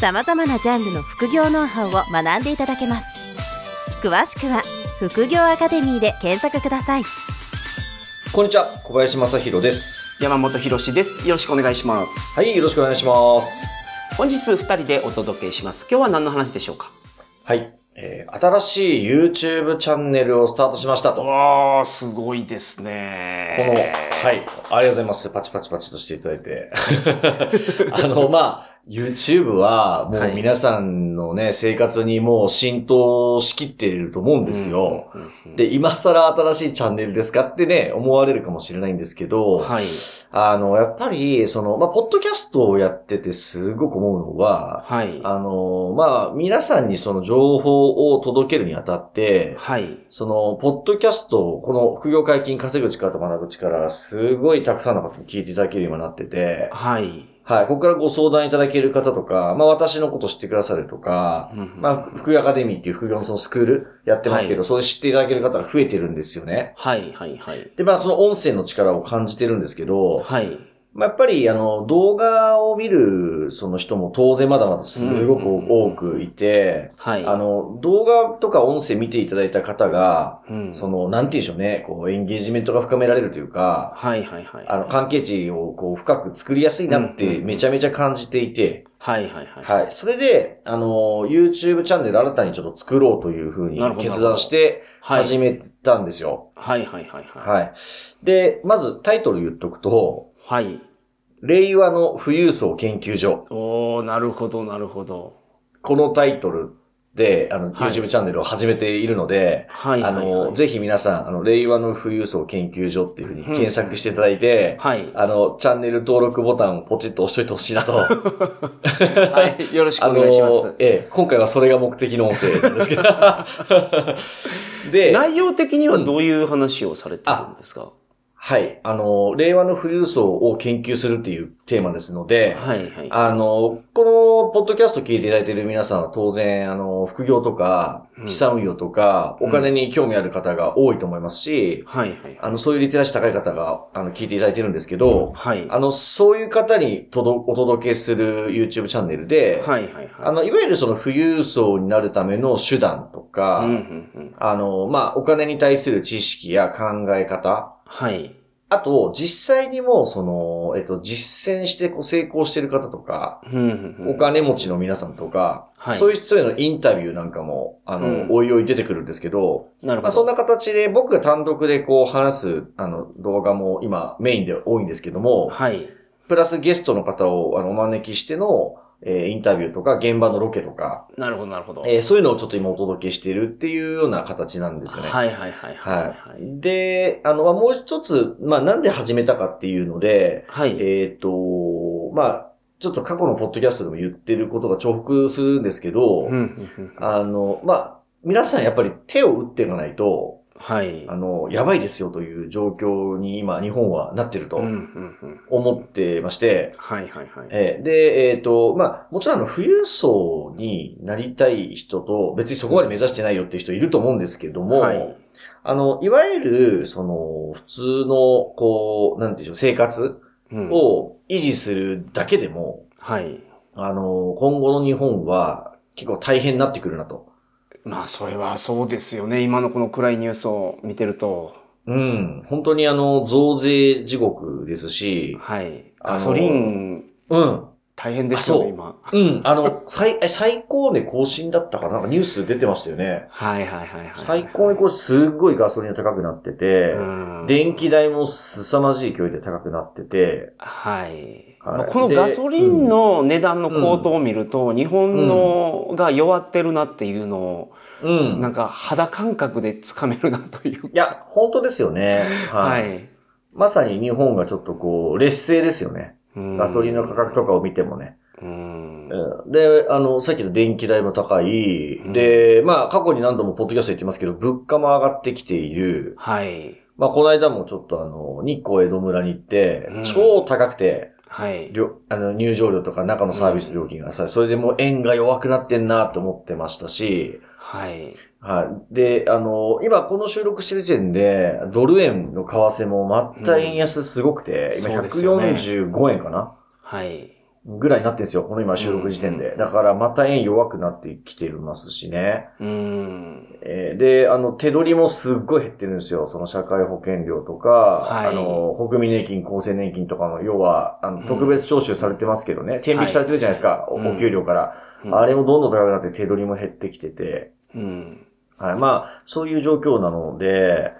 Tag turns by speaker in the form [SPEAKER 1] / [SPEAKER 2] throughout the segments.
[SPEAKER 1] さまざまなジャンルの副業ノウハウを学んでいただけます詳しくは「副業アカデミー」で検索ください
[SPEAKER 2] こんにちは、小林正宏です。
[SPEAKER 3] 山本博史です。よろしくお願いします。
[SPEAKER 2] はい、よろしくお願いします。
[SPEAKER 3] 本日二人でお届けします。今日は何の話でしょうか
[SPEAKER 2] はい、えー、新しい YouTube チャンネルをスタートしましたと。この、
[SPEAKER 3] わー、すごいですね
[SPEAKER 2] はい、ありがとうございます。パチパチパチとしていただい て。あの、まあ、YouTube はも
[SPEAKER 3] は
[SPEAKER 2] う
[SPEAKER 3] い
[SPEAKER 2] 皆さんのね、生活にもう浸透しきっていると思うんですよ。。で、今更新しいチャンネルですかってね、思われるかもしれないんですけど、
[SPEAKER 3] はい。
[SPEAKER 2] あの、やっぱり、その、まあ、ポッドキャストをやっててすごく思うのは、
[SPEAKER 3] はい。
[SPEAKER 2] あの、まあ、皆さんにその情報を届けるにあたって、
[SPEAKER 3] はい。
[SPEAKER 2] その、ポッドキャストを、この副業解禁稼ぐ力と学ぶ力がすごいたくさんの方に聞いていただけるようになってて、
[SPEAKER 3] はい。
[SPEAKER 2] はい、ここからご相談いただける方とか、まあ私のこと知ってくださるとか、まあ、副業アカデミーっていう副業のそのスクールやってますけど、それ知っていただける方が増えてるんですよね。
[SPEAKER 3] はい、はい、はい。
[SPEAKER 2] で、まあその音声の力を感じてるんですけど、
[SPEAKER 3] はい。
[SPEAKER 2] まあ、やっぱり、あの、動画を見る、その人も当然まだまだすごく多くいて、
[SPEAKER 3] はい。
[SPEAKER 2] あ、の、動画とか音声見ていただいた方が、
[SPEAKER 3] うん。
[SPEAKER 2] その、なんて言うんでしょうね、こう、エンゲージメントが深められるというか、
[SPEAKER 3] はい、はい、はい。
[SPEAKER 2] あの、関係値をこう、深く作りやすいなっ
[SPEAKER 3] うんうん
[SPEAKER 2] て
[SPEAKER 3] うん
[SPEAKER 2] めちゃめちゃ感じていて、
[SPEAKER 3] はい、はい、はい。
[SPEAKER 2] はい。それで、あの、YouTube チャンネル新たにちょっと作ろうというふうに
[SPEAKER 3] なるほど
[SPEAKER 2] 決断して
[SPEAKER 3] はい
[SPEAKER 2] 始めたんですよ。
[SPEAKER 3] はい、はい、はい、は
[SPEAKER 2] は
[SPEAKER 3] い。
[SPEAKER 2] い。で、まずタイトル言っとくと、
[SPEAKER 3] はい。
[SPEAKER 2] 令和の富裕層研究所。
[SPEAKER 3] おー、なるほど、なるほど。
[SPEAKER 2] このタイトルで、あの、
[SPEAKER 3] はい
[SPEAKER 2] YouTube チャンネルを始めているので、
[SPEAKER 3] はい、
[SPEAKER 2] あ
[SPEAKER 3] はい。
[SPEAKER 2] の、ぜひ皆さん、あの、令和の富裕層研究所っていうふうに検索していただいて、
[SPEAKER 3] はい。
[SPEAKER 2] あの、チャンネル登録ボタンをポチッと押しといてほしい なと。あ
[SPEAKER 3] はい。よろしくお願いします
[SPEAKER 2] の、。ええ、今回はそれが目的の音声なん ですけど。で、
[SPEAKER 3] 内容的にはどういう話をされてるんですか、
[SPEAKER 2] はい、あの、令和の富裕層を研究するっていうテーマですので、
[SPEAKER 3] はいはい。
[SPEAKER 2] あの、この、ポッドキャスト聞いていただいている皆さんは当然、あの、副業とか、
[SPEAKER 3] うん
[SPEAKER 2] 資産運用とか、
[SPEAKER 3] うん
[SPEAKER 2] お金に興味ある方が多いと思いますし、
[SPEAKER 3] はいはい。
[SPEAKER 2] あの、そういうリテラシー高い方が、あの、聞いていただいてるんですけど、
[SPEAKER 3] はい。
[SPEAKER 2] あの、そういう方にとどお届けする YouTube チャンネルで、
[SPEAKER 3] はいはいはい。
[SPEAKER 2] あの、いわゆるその富裕層になるための手段とか、
[SPEAKER 3] うんうんうん。
[SPEAKER 2] あの、まあ、お金に対する知識や考え方、
[SPEAKER 3] はい。
[SPEAKER 2] あと、実際にもう、その、えっと、実践してこう成功してる方とか、
[SPEAKER 3] うんうんう
[SPEAKER 2] お
[SPEAKER 3] ん。
[SPEAKER 2] 金持ちの皆さんとか、
[SPEAKER 3] はい
[SPEAKER 2] そういう人へのインタビューなんかも、あの、
[SPEAKER 3] うん
[SPEAKER 2] おいおい出てくるんですけど、
[SPEAKER 3] なる
[SPEAKER 2] まあ、
[SPEAKER 3] ほ
[SPEAKER 2] そん
[SPEAKER 3] ど。
[SPEAKER 2] な形で僕が単独でこう話す、あの、動画も今メインで多いんですけども、
[SPEAKER 3] はい。
[SPEAKER 2] プラスゲストの方をあのお招きしての、えーインタビューとか現場のロケとか、
[SPEAKER 3] なるほどなるほど。
[SPEAKER 2] えーそういうのをちょっと今お届けしているっていうような形なんですよね。
[SPEAKER 3] はいはいはいは
[SPEAKER 2] は
[SPEAKER 3] いはい。
[SPEAKER 2] い。で、あの、まあ、もう一つ、まあ、なんで始めたかっていうので、
[SPEAKER 3] はい。
[SPEAKER 2] えっ、と、まあ、ちょっと過去のポッドキャストでも言ってることが重複するんですけど、
[SPEAKER 3] うんうんうん
[SPEAKER 2] あの、まあ、皆さんやっぱり手を打っていかないと、
[SPEAKER 3] はい。
[SPEAKER 2] あの、やばいですよという状況に今日本はなってる
[SPEAKER 3] う
[SPEAKER 2] と
[SPEAKER 3] んうんうん。
[SPEAKER 2] 思ってまして、
[SPEAKER 3] はいはいはい。
[SPEAKER 2] えーで、えっ、と、まあ、もちろんあの、富裕層になりたい人と、別にそこまで目指してないよっていう人いると思うんですけども、
[SPEAKER 3] はい。
[SPEAKER 2] あの、いわゆる、その、普通の、こう、なんていうんでしょう、生活
[SPEAKER 3] うん
[SPEAKER 2] を維持するだけでも、
[SPEAKER 3] はい。
[SPEAKER 2] あの、今後の日本は結構大変になってくるなと。
[SPEAKER 3] まあそれはそうですよね。今のこの暗いニュースを見てると。
[SPEAKER 2] うん。本当にあの、増税地獄ですし、
[SPEAKER 3] はい。
[SPEAKER 2] あの
[SPEAKER 3] ガソリン
[SPEAKER 2] うん。
[SPEAKER 3] 大変ですよね、
[SPEAKER 2] あそう
[SPEAKER 3] 今。
[SPEAKER 2] うん。あの、最、え最高値更新だったかななんかニュース出てましたよね。
[SPEAKER 3] はいはいはいはい。
[SPEAKER 2] 最高値更新、すっごいガソリンが高くなってて、
[SPEAKER 3] うん
[SPEAKER 2] 電気代も凄まじい勢いで高くなってて、は
[SPEAKER 3] はい。
[SPEAKER 2] い
[SPEAKER 3] まあこの
[SPEAKER 2] で
[SPEAKER 3] ガソリンの値段の高騰を見ると、日本のが弱ってるなっていうのを、
[SPEAKER 2] う
[SPEAKER 3] な
[SPEAKER 2] ん。
[SPEAKER 3] んか肌感覚でつかめるなという。
[SPEAKER 2] いや、本当ですよね。
[SPEAKER 3] は
[SPEAKER 2] はい。
[SPEAKER 3] い。
[SPEAKER 2] まさに日本がちょっとこう、劣勢ですよね。ガソリンの価格とかを見てもね。
[SPEAKER 3] うん。
[SPEAKER 2] うんで、あの、さっきの電気代も高い。
[SPEAKER 3] ん
[SPEAKER 2] で、まあ、過去に何度もポッドキャスト言ってますけど、物価も上がってきている。
[SPEAKER 3] はい。
[SPEAKER 2] まあ、この間もちょっとあの、日光江戸村に行って
[SPEAKER 3] うん、
[SPEAKER 2] 超高くて、
[SPEAKER 3] はい。
[SPEAKER 2] りょあの入場料とか中のサービス料金がさ、それでもう円が弱くなってんなと思ってましたし、
[SPEAKER 3] はい。
[SPEAKER 2] はい。で、あの、今この収録してる時点で、ドル円の為替もまた円安すごくて、
[SPEAKER 3] うん
[SPEAKER 2] 今
[SPEAKER 3] そうですよね
[SPEAKER 2] 145円かな、
[SPEAKER 3] はい。
[SPEAKER 2] ぐらいになってんですよ。この今収録時点で。だからまた円弱くなってきてますしね。
[SPEAKER 3] うん。
[SPEAKER 2] えーで、あの、手取りもすっごい減ってるんですよ。その社会保険料とか、
[SPEAKER 3] い
[SPEAKER 2] あの、国民年金、厚生年金とかの、要は、あの、特別徴収されてますけどね。天引きされてるじゃないですか。
[SPEAKER 3] い
[SPEAKER 2] おお給料から、
[SPEAKER 3] うん
[SPEAKER 2] あれもどんどん高くなって手取りも減ってきてて。
[SPEAKER 3] うん。
[SPEAKER 2] はい。まあ、そういう状況なので、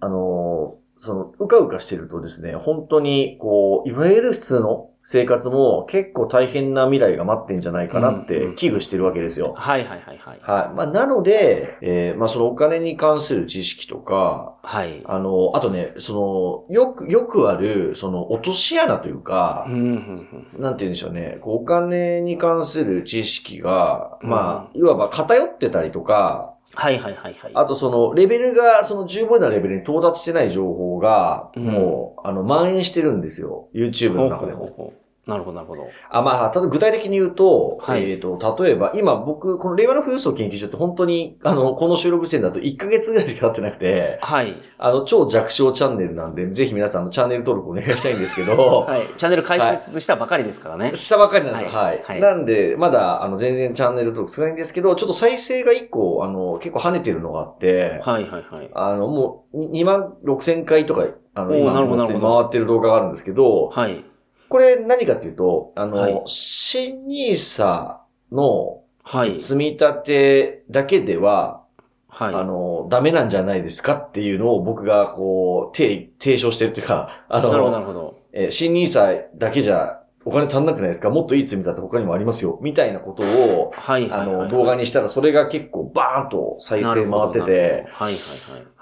[SPEAKER 2] あの、その、うかうかしてるとですね、本当に、こう、いわゆる普通の生活も結構大変な未来が待ってんじゃないかなっ
[SPEAKER 3] うんう
[SPEAKER 2] て
[SPEAKER 3] ん
[SPEAKER 2] 危惧してるわけですよ。
[SPEAKER 3] はいはいはいはい。
[SPEAKER 2] はい。まあ、なので、えーまあ、そのお金に関する知識とか、
[SPEAKER 3] はい。
[SPEAKER 2] あの、あとね、その、よく、よくある、その、落とし穴というか
[SPEAKER 3] うん、うんうん。
[SPEAKER 2] なんて言うんでしょうね、こう、お金に関する知識が、
[SPEAKER 3] うん
[SPEAKER 2] まあ、いわば偏ってたりとか、
[SPEAKER 3] はいはいはいはい。
[SPEAKER 2] あとその、レベルが、その十分なレベルに到達してない情報が、
[SPEAKER 3] うん
[SPEAKER 2] もう、あの、蔓延してるんですよ。YouTube
[SPEAKER 3] ほ
[SPEAKER 2] の
[SPEAKER 3] うほ
[SPEAKER 2] 中
[SPEAKER 3] う
[SPEAKER 2] で
[SPEAKER 3] ほう
[SPEAKER 2] も。
[SPEAKER 3] ほうなるほどなるほど。
[SPEAKER 2] あ、まあ、ただ具体的に言うと、
[SPEAKER 3] はい
[SPEAKER 2] えっ、と、例えば、今僕、この令和の富裕層研究所って本当に、あの、この収録時点だと1ヶ月ぐらいしか経ってなくて、
[SPEAKER 3] はい。
[SPEAKER 2] あの、超弱小チャンネルなんで、ぜひ皆さんのチャンネル登録お願いしたいんですけど、
[SPEAKER 3] はい。チャンネル開設したばかりですからね。
[SPEAKER 2] したばっかりなんですよ。
[SPEAKER 3] は
[SPEAKER 2] はいい。
[SPEAKER 3] はい
[SPEAKER 2] なんで、まだ、あの、全然チャンネル登録少ないんですけど、ちょっと再生が1個、あの、結構跳ねてるのがあって、
[SPEAKER 3] はいはいはい。
[SPEAKER 2] あの、もう、に2万6千回とか、あ
[SPEAKER 3] お
[SPEAKER 2] の、
[SPEAKER 3] ー
[SPEAKER 2] 今
[SPEAKER 3] なるほど
[SPEAKER 2] もうすでに
[SPEAKER 3] なるほど
[SPEAKER 2] 回ってる動画があるんですけど、
[SPEAKER 3] はい。
[SPEAKER 2] これ何かっていうと、あの、
[SPEAKER 3] はい
[SPEAKER 2] 新ニーサの
[SPEAKER 3] はい。
[SPEAKER 2] 積み立てだけでは、
[SPEAKER 3] はい。
[SPEAKER 2] あの、ダメなんじゃないですかっていうのを僕がこう、提提唱してるというか、 あ
[SPEAKER 3] なるほどな
[SPEAKER 2] の、
[SPEAKER 3] るほど。
[SPEAKER 2] えー新ニーサだけじゃお金足んなくないですかもっといい積み立て他にもありますよ。みたいなことを、
[SPEAKER 3] はいはい
[SPEAKER 2] あ
[SPEAKER 3] はいはい。
[SPEAKER 2] の、動画にしたらそれが結構バーンと再生回ってて、
[SPEAKER 3] はいはい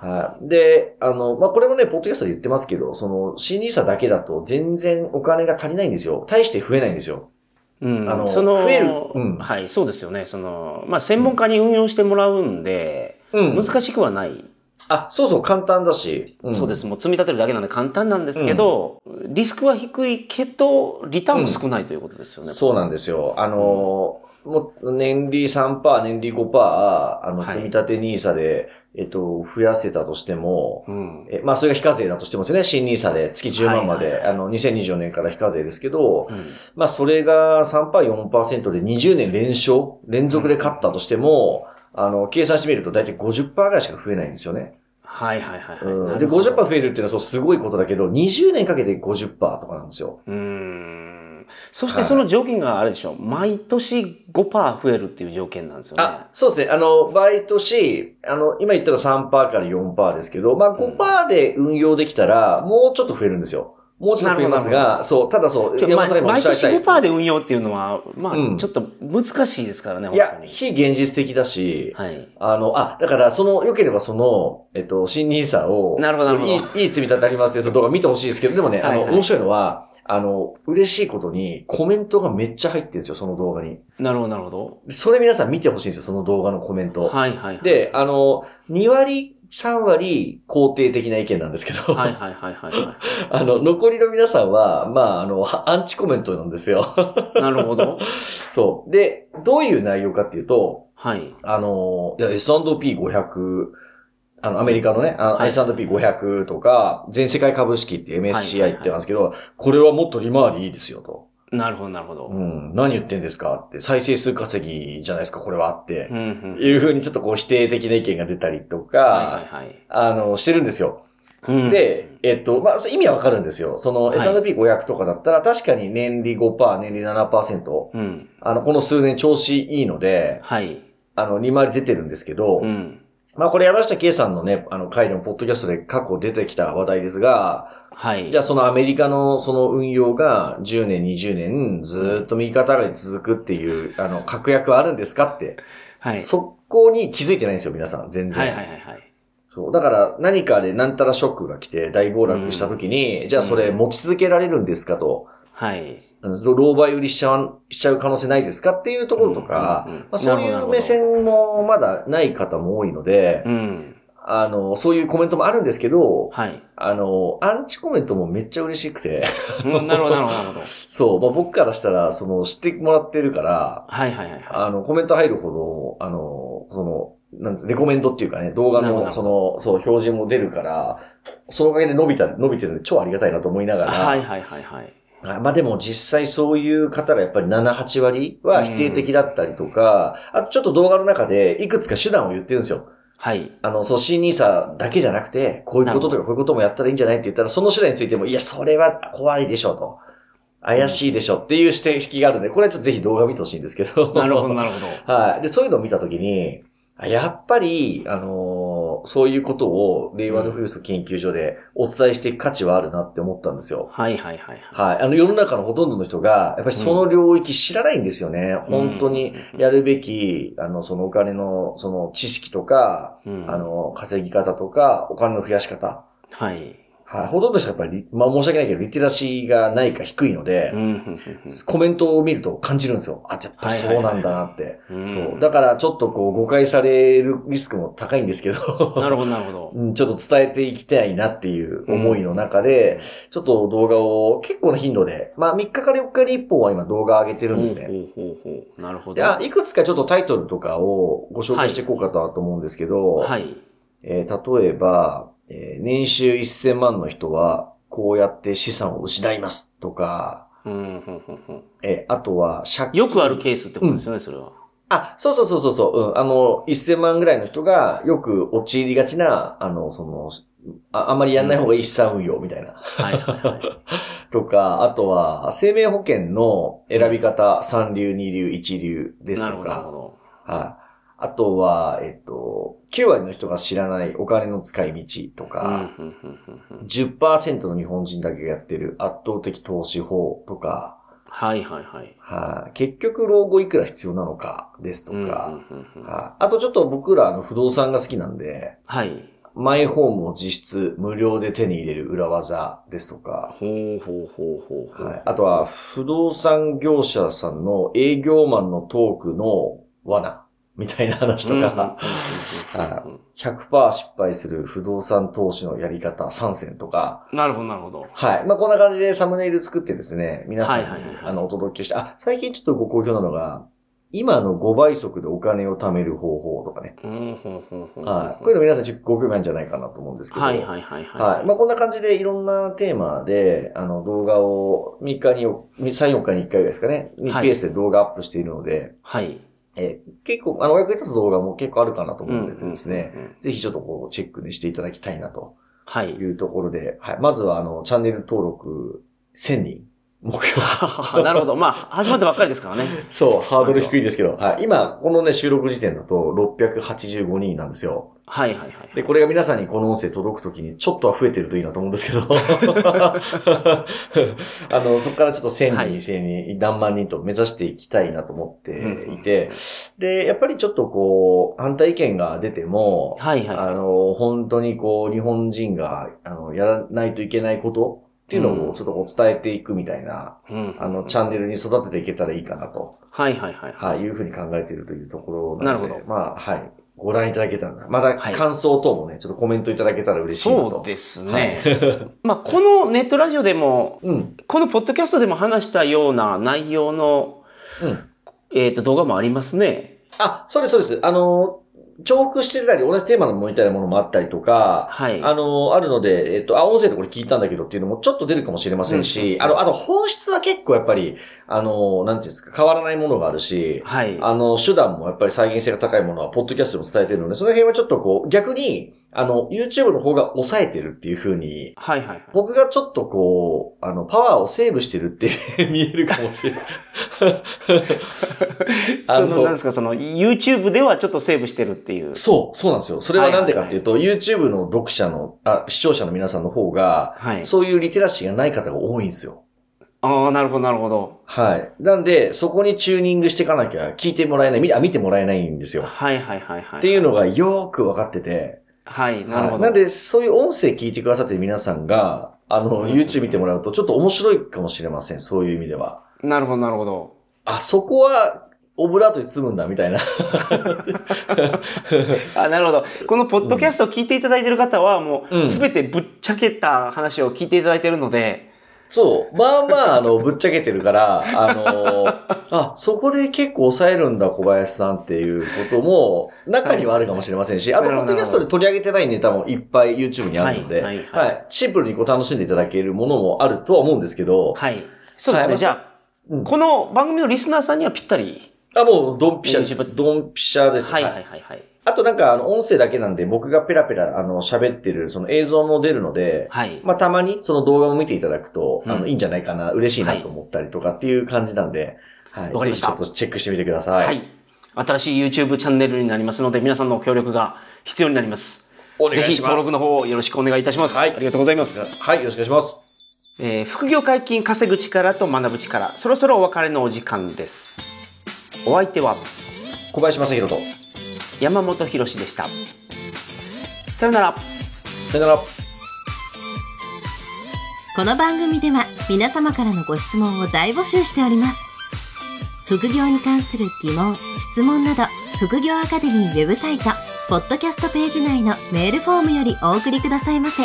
[SPEAKER 3] はい。
[SPEAKER 2] はい。で、あの、まあ、これもね、ポッドキャストで言ってますけど、その、新入社だけだと全然お金が足りないんですよ。大して増えないんですよ。
[SPEAKER 3] うん、
[SPEAKER 2] あの
[SPEAKER 3] その
[SPEAKER 2] 増えるうん
[SPEAKER 3] はい、そうですよね。その、まあ、専門家に運用してもらうんで、
[SPEAKER 2] うん。
[SPEAKER 3] 難しくはない。
[SPEAKER 2] あ、そうそう、簡単だし。ん
[SPEAKER 3] そうで。す。もう積み立てるだけなんで簡単なんですけど、リスクは低いけど、リターンも少ないということですよね。
[SPEAKER 2] そうなんですよ。あの、もう、年利3%、年利5%、あの、
[SPEAKER 3] はい
[SPEAKER 2] 積み立て NISA で、えっと、増やせたとしても、
[SPEAKER 3] うん。
[SPEAKER 2] えまあ、それが非課税だとしてもですね、新 NISA で月10万まで、
[SPEAKER 3] はいはいはい
[SPEAKER 2] あの、2024年から非課税ですけど、
[SPEAKER 3] うん
[SPEAKER 2] まあ、それが3%、4%で20年連勝、連続で勝ったとしても、あの、計算してみると大体50%ぐらいしか増えないんですよね。
[SPEAKER 3] はいはいはいはい。
[SPEAKER 2] うん、
[SPEAKER 3] な
[SPEAKER 2] で、
[SPEAKER 3] るほど
[SPEAKER 2] 50%増えるっていうのはそうすごいことだけど、20年かけて50%とかなんですよ。
[SPEAKER 3] うん。そしてその条件があれでしょう。毎年5%増えるっていう条件なんですよね。
[SPEAKER 2] あ、そうですね。あの、毎年、あの、今言ったら3%から4%ですけど、まあ5%で運用できたら、もうちょっと増えるんですよ。もうちょっと増えます
[SPEAKER 3] なるほ
[SPEAKER 2] が、そう、ただそう、
[SPEAKER 3] ちょ
[SPEAKER 2] 山本
[SPEAKER 3] ま
[SPEAKER 2] さん今おっ
[SPEAKER 3] 毎
[SPEAKER 2] しゃり
[SPEAKER 3] 年
[SPEAKER 2] たい。
[SPEAKER 3] 5%で運用っていうのは、まあ、
[SPEAKER 2] うん
[SPEAKER 3] ちょっと難しいですからね、
[SPEAKER 2] いや
[SPEAKER 3] 本、
[SPEAKER 2] 非現実的だし、
[SPEAKER 3] 当に。はい。
[SPEAKER 2] あの、あ、だから、その、良ければその、えっと、新ニーサを、
[SPEAKER 3] なるほどなるほど
[SPEAKER 2] いい、いい積み立てありますって、その動画見てほしいですけど、でもね、あの、
[SPEAKER 3] はいはい
[SPEAKER 2] 面白いのは、あの、嬉しいことに、コメントがめっちゃ入ってるんですよ、その動画に。
[SPEAKER 3] なるほど、なるほど。
[SPEAKER 2] でそれ皆さん見てほしいんですよ、その動画のコメント。
[SPEAKER 3] はいはいはい。
[SPEAKER 2] で、あの、2割、3割、肯定的な意見なんですけど、
[SPEAKER 3] はいはいはいはいは
[SPEAKER 2] あの、残りの皆さんは、まあ、あの、はアンチコメントなんですよ。
[SPEAKER 3] い。なるほど。
[SPEAKER 2] そう。で、どういう内容かっていうと、
[SPEAKER 3] はい。
[SPEAKER 2] あの、いや、S&P500、あの、アメリカのね、あの
[SPEAKER 3] はい
[SPEAKER 2] S&P500 とか、全世界株式っていう
[SPEAKER 3] はいはい
[SPEAKER 2] MSCI ってなんですけど、これはもっと利回りいいですよと。
[SPEAKER 3] なるほど、なるほど。
[SPEAKER 2] う
[SPEAKER 3] うん
[SPEAKER 2] ん、何言ってんですかって、再生数稼ぎじゃないですか、これはあって。
[SPEAKER 3] うん。
[SPEAKER 2] いうふうにちょっとこう否定的な意見が出たりとか、
[SPEAKER 3] はいはい
[SPEAKER 2] あの、してるんですよ。
[SPEAKER 3] はい。うん、
[SPEAKER 2] で、えっと、まあ、それ意味はわかるんですよ。その
[SPEAKER 3] はい
[SPEAKER 2] S&P500 とかだったら、確かに年利5%、年利7%、
[SPEAKER 3] うん。
[SPEAKER 2] あの、この数年調子いいので、
[SPEAKER 3] はい。
[SPEAKER 2] あの、利回り出てるんですけど、
[SPEAKER 3] うん。
[SPEAKER 2] まあこれ山下圭さんのね、あの回のポッドキャストで過去出てきた話題ですが、
[SPEAKER 3] はい。
[SPEAKER 2] じゃあそのアメリカのその運用が10年、20年ずーっと右肩上がり続くっていう、あの、確約はあるんですかって、
[SPEAKER 3] はい。
[SPEAKER 2] そこに気づいてないんですよ、皆さん、全然。
[SPEAKER 3] はいはいはいはい。
[SPEAKER 2] そう。だから何かでなんたらショックが来て大暴落した時に、じゃあそれ持ち続けられるんですかと。
[SPEAKER 3] はい。
[SPEAKER 2] うん狼狽売りしちゃうしちゃう可能性ないですかっていうところとか、
[SPEAKER 3] うんうんう
[SPEAKER 2] ま
[SPEAKER 3] ん
[SPEAKER 2] あ、そう
[SPEAKER 3] なるほどないる
[SPEAKER 2] う
[SPEAKER 3] ほど
[SPEAKER 2] 目線もまだない方も多いので、
[SPEAKER 3] うん。
[SPEAKER 2] あの、そういうコメントもあるんですけど、
[SPEAKER 3] はい。
[SPEAKER 2] あの、アンチコメントもめっちゃ嬉しくて、
[SPEAKER 3] うんなるほど、なるほど、なるほど。
[SPEAKER 2] そう、まあ、僕からしたら、その、知ってもらってるから、
[SPEAKER 3] はいはいはいは
[SPEAKER 2] あの、コメント入るほど、あの、その、なんてレコメンドっていうかね、動画
[SPEAKER 3] なるほど。
[SPEAKER 2] の、その、そう、表示も出るから、そのおかげで伸びた、伸びてるんで超ありがたいなと思いないがら、
[SPEAKER 3] はいはいはいはい。
[SPEAKER 2] あまあでも実際そういう方がやっぱり7、8割は否定的だったりとか、あとちょっと動画の中でいくつか手段を言ってるんですよ。
[SPEAKER 3] はい。
[SPEAKER 2] あの、 そう、新ニーサだけじゃなくて、こういうこととかこういうこともやったらいいんじゃないって言ったら、その手段についても、いや、それは怖いでしょうと。怪しいでしょっていう指摘があるんで、これはちょっとぜひ動画見てほしいんですけど。
[SPEAKER 3] なるほど、なるほど。
[SPEAKER 2] はい。で、そういうのを見たときに、あやっぱり、あのーそういうことを令和の風ス研究所でお伝えしていく価値はあるなって思ったんですよ。
[SPEAKER 3] はいはいはいはい。
[SPEAKER 2] はい。あの、世の中のほとんどの人が、やっぱりその領域知らないんですよね。本当にやるべき、あの、そのお金の、その知識とか、
[SPEAKER 3] うん
[SPEAKER 2] あ、の、稼ぎ方とか、お金の増やし方。
[SPEAKER 3] はい。
[SPEAKER 2] はい。ほとんどの人はやっぱり、まあ申し訳ないけど、リテラシーがないか低いので
[SPEAKER 3] うん、うんうん
[SPEAKER 2] コメントを見ると感じるんですよ。あ、やっぱそうなんだなって。
[SPEAKER 3] うん
[SPEAKER 2] そう。だからちょっとこう誤解されるリスクも高いんですけど。
[SPEAKER 3] なるほど、なるほど。
[SPEAKER 2] うんちょっと伝えていきたいなっていう思いの中で、ちょっと動画を結構な頻度で、まあ3日から4日に1本は今動画上げてるんですね。
[SPEAKER 3] ほうほうほうほう。なるほ
[SPEAKER 2] で
[SPEAKER 3] ど。
[SPEAKER 2] あ
[SPEAKER 3] はい
[SPEAKER 2] くつかちょっとタイトルとかをご紹介していこうかなと思うんですけど、
[SPEAKER 3] い。
[SPEAKER 2] えー例えば、えー年収1000万の人はこうやって資産を失いますとか、
[SPEAKER 3] うん、ほうほうほう。
[SPEAKER 2] えーあとは借金。
[SPEAKER 3] よくあるケースってことですよね、それは。
[SPEAKER 2] あ、そうそうそうそうそう、うん。あの、1000万ぐらいの人がよく陥りがちな、あの、その、ああんまりやんない方がいい資産運用みたいな。
[SPEAKER 3] はいはい は
[SPEAKER 2] とか、あとは、生命保険の選び方、三流、二流、一流で
[SPEAKER 3] い。
[SPEAKER 2] す
[SPEAKER 3] なる
[SPEAKER 2] と
[SPEAKER 3] ほど、なる
[SPEAKER 2] か、
[SPEAKER 3] ほど。
[SPEAKER 2] はい。あとは、えっと、9割の人が知らないお金の使い道とか、
[SPEAKER 3] うんうんうんうんうん
[SPEAKER 2] 10%の日本人だけがやってる圧倒的投資法とか、
[SPEAKER 3] はいはいはい。
[SPEAKER 2] はい。結局、老後いくら必要なのかですと
[SPEAKER 3] うんうん
[SPEAKER 2] か、
[SPEAKER 3] うんうん
[SPEAKER 2] はい。あとちょっと僕らあの不動産が好きなんで、
[SPEAKER 3] はい。
[SPEAKER 2] マイホームを実質無料で手に入れる裏技ですとか、
[SPEAKER 3] ほうほうほうほうほ。。
[SPEAKER 2] はいうあとは、不動産業者さんの営業マンのトークの罠みたいな話とか、
[SPEAKER 3] うんうんうんうんうん
[SPEAKER 2] 100%失敗する不動産投資のやり方3選とか、
[SPEAKER 3] なるほど、なるほど。
[SPEAKER 2] はい。まあ、こんな感じでサムネイル作ってですね、皆さんに、
[SPEAKER 3] はいはいはいはい
[SPEAKER 2] あの、お届けして、あ、最近ちょっとご好評なのが、今の5倍速でお金を貯める方法とかね。
[SPEAKER 3] うんほうほうほう
[SPEAKER 2] はい。こういうの皆さんちょっとご興味あるんじゃないかなと思うんですけど。
[SPEAKER 3] はいはいはい
[SPEAKER 2] は。
[SPEAKER 3] はいい。
[SPEAKER 2] まあ、こんな感じでいろんなテーマで、あの、動画を3日に、3、4日に1回ぐらいですかね、に
[SPEAKER 3] はい
[SPEAKER 2] ペースで動画アップしているので、
[SPEAKER 3] はい。
[SPEAKER 2] えー結構、あの、お役に立つ動画も結構あるかなと思うのでですね、
[SPEAKER 3] うんうんうんうん
[SPEAKER 2] ぜひちょっとこう、チェックねしていただきたいなと
[SPEAKER 3] はい
[SPEAKER 2] い。うところで、はい。まずは、あの、チャンネル登録1000人。目 標。
[SPEAKER 3] なるほど。まあ、始まったばっかりですからね。
[SPEAKER 2] そう、ハードル低いですけど、はい。今、このね、収録時点だと685人なんですよ。
[SPEAKER 3] はいはいはい。
[SPEAKER 2] で、これが皆さんにこの音声届くときに、ちょっとは増えてるといいなと思うんですけど。 あの、そこからちょっと1000人、
[SPEAKER 3] はい
[SPEAKER 2] 2000人、何万人と目指していきたいなと思っていて、
[SPEAKER 3] うん
[SPEAKER 2] で、やっぱりちょっとこう、反対意見が出ても、
[SPEAKER 3] はいはい。
[SPEAKER 2] あの、本当にこう、日本人が、あの、やらないといけないことっていうの
[SPEAKER 3] うん
[SPEAKER 2] をちょっとこう伝えていくみたいな、
[SPEAKER 3] うん
[SPEAKER 2] あの、チャンネルに育てていけたらいいかなと。
[SPEAKER 3] はいはいはい。
[SPEAKER 2] はい、いうふうに考えているというところなので、
[SPEAKER 3] なるほ
[SPEAKER 2] まあ、はい、ご覧いただけたらな。また
[SPEAKER 3] はい
[SPEAKER 2] 感想等もね、ちょっとコメントいただけたら嬉しいなと。
[SPEAKER 3] そうですね。まあ、このネットラジオでも、
[SPEAKER 2] うん、
[SPEAKER 3] このポッドキャストでも話したような内容の、
[SPEAKER 2] うん。
[SPEAKER 3] えっ、と、動画もありますね。
[SPEAKER 2] あ、そうです、そうです。あの、重複してたり、同じテーマのみたいなものもあったりとか、
[SPEAKER 3] はい。
[SPEAKER 2] あの、あるので、えっと、あ、音声でこれ聞いたんだけどっていうのもちょっと出るかもしれませんし、
[SPEAKER 3] うん
[SPEAKER 2] あの、あと本質は結構やっぱり、あの、なんていうんですか、変わらないものがあるし、
[SPEAKER 3] はい。
[SPEAKER 2] あの、手段もやっぱり再現性が高いものは、ポッドキャストでも伝えてるので、その辺はちょっとこう、逆に、あの、YouTube の方が抑えてるっていう風に、
[SPEAKER 3] はいはいはい。
[SPEAKER 2] 僕がちょっとこう、あの、パワーをセーブしてるって見えるかもしれない。あ
[SPEAKER 3] その、なん
[SPEAKER 2] の
[SPEAKER 3] ですか、その、YouTube ではちょっとセーブしてるってい う。
[SPEAKER 2] そう、そうなんですよ。それはなんでかっていうと、YouTube の読者の、あ、視聴者の皆さんの方が、
[SPEAKER 3] はい。
[SPEAKER 2] そういうリテラシーがない方が多いんですよ。
[SPEAKER 3] ああ、なるほど、なるほど。
[SPEAKER 2] はい。なんで、そこにチューニングしていかなきゃ、聞いてもらえない、見あ見てもらえないんですよ。
[SPEAKER 3] はいはいはいはい。
[SPEAKER 2] っていうのがよーく分かってて、
[SPEAKER 3] はい、なるほ
[SPEAKER 2] はい
[SPEAKER 3] ど。
[SPEAKER 2] なんで、そういう音声聞いてくださってる皆さんが、あの、
[SPEAKER 3] うん
[SPEAKER 2] YouTube 見てもらうとちょっと面白いかもしれません。そういう意味では。
[SPEAKER 3] なるほど、なるほど。
[SPEAKER 2] あ、そこは、オブラートに包むんだ、みたいな。
[SPEAKER 3] あ、なるほど。このポッドキャストを聞いていただいている方は、も
[SPEAKER 2] うん
[SPEAKER 3] う、すべてぶっちゃけた話を聞いていただいているので、
[SPEAKER 2] そう。まあまあ、あの、ぶっちゃけてるから、あのあ、そこで結構抑えるんだ、小林さんっていうことも、中にはあるかもしれませんし、あと、
[SPEAKER 3] な
[SPEAKER 2] ポ
[SPEAKER 3] る
[SPEAKER 2] ッ
[SPEAKER 3] ほど
[SPEAKER 2] ドキャストで取り上げてないネタもいっぱい YouTube にあるので、は
[SPEAKER 3] はいいはいはい
[SPEAKER 2] シンプルにこう楽しんでいただけるものもあるとは思うんですけど、
[SPEAKER 3] はい。そうです
[SPEAKER 2] はい
[SPEAKER 3] ね。じゃ
[SPEAKER 2] う
[SPEAKER 3] あ
[SPEAKER 2] ん、
[SPEAKER 3] この番組のリスナーさんにはぴったり。
[SPEAKER 2] あ、もう、ドンピシャで
[SPEAKER 3] YouTube
[SPEAKER 2] す。ドンピシャです。
[SPEAKER 3] はい
[SPEAKER 2] はい
[SPEAKER 3] はいはいはい。
[SPEAKER 2] あとなんか、あの、音声だけなんで、僕がペラペラ、あの、喋ってる、その映像も出るので、
[SPEAKER 3] はい。
[SPEAKER 2] まあ、たまにその動画も見ていただくと、
[SPEAKER 3] うん
[SPEAKER 2] あの、いいんじゃないかな、嬉しいな
[SPEAKER 3] はい
[SPEAKER 2] と思ったりとかっていう感じなんで、はい。
[SPEAKER 3] わかり
[SPEAKER 2] ぜひ
[SPEAKER 3] まし
[SPEAKER 2] ち
[SPEAKER 3] た
[SPEAKER 2] ょっとチェックしてみてください。
[SPEAKER 3] はい。新しい YouTube チャンネルになりますので、皆さんの協力が必要になります。
[SPEAKER 2] お願いします
[SPEAKER 3] ぜひ登録の方をよろしくお願いいたします。
[SPEAKER 2] はい
[SPEAKER 3] ありがとうございます。
[SPEAKER 2] はい、よろしくお願いします。
[SPEAKER 3] えー副業解禁稼ぐ力と学ぶ力、そろそろお別れのお時間です。お相手は
[SPEAKER 2] 小林正宏と、
[SPEAKER 3] 山本博史でした。さよなら。
[SPEAKER 2] さよなら。
[SPEAKER 1] この番組では皆様からのご質問を大募集しております。副業に関する疑問、質問など、副業アカデミーウェブサイト、ポッドキャストページ内のメールフォームよりお送りくださいませ。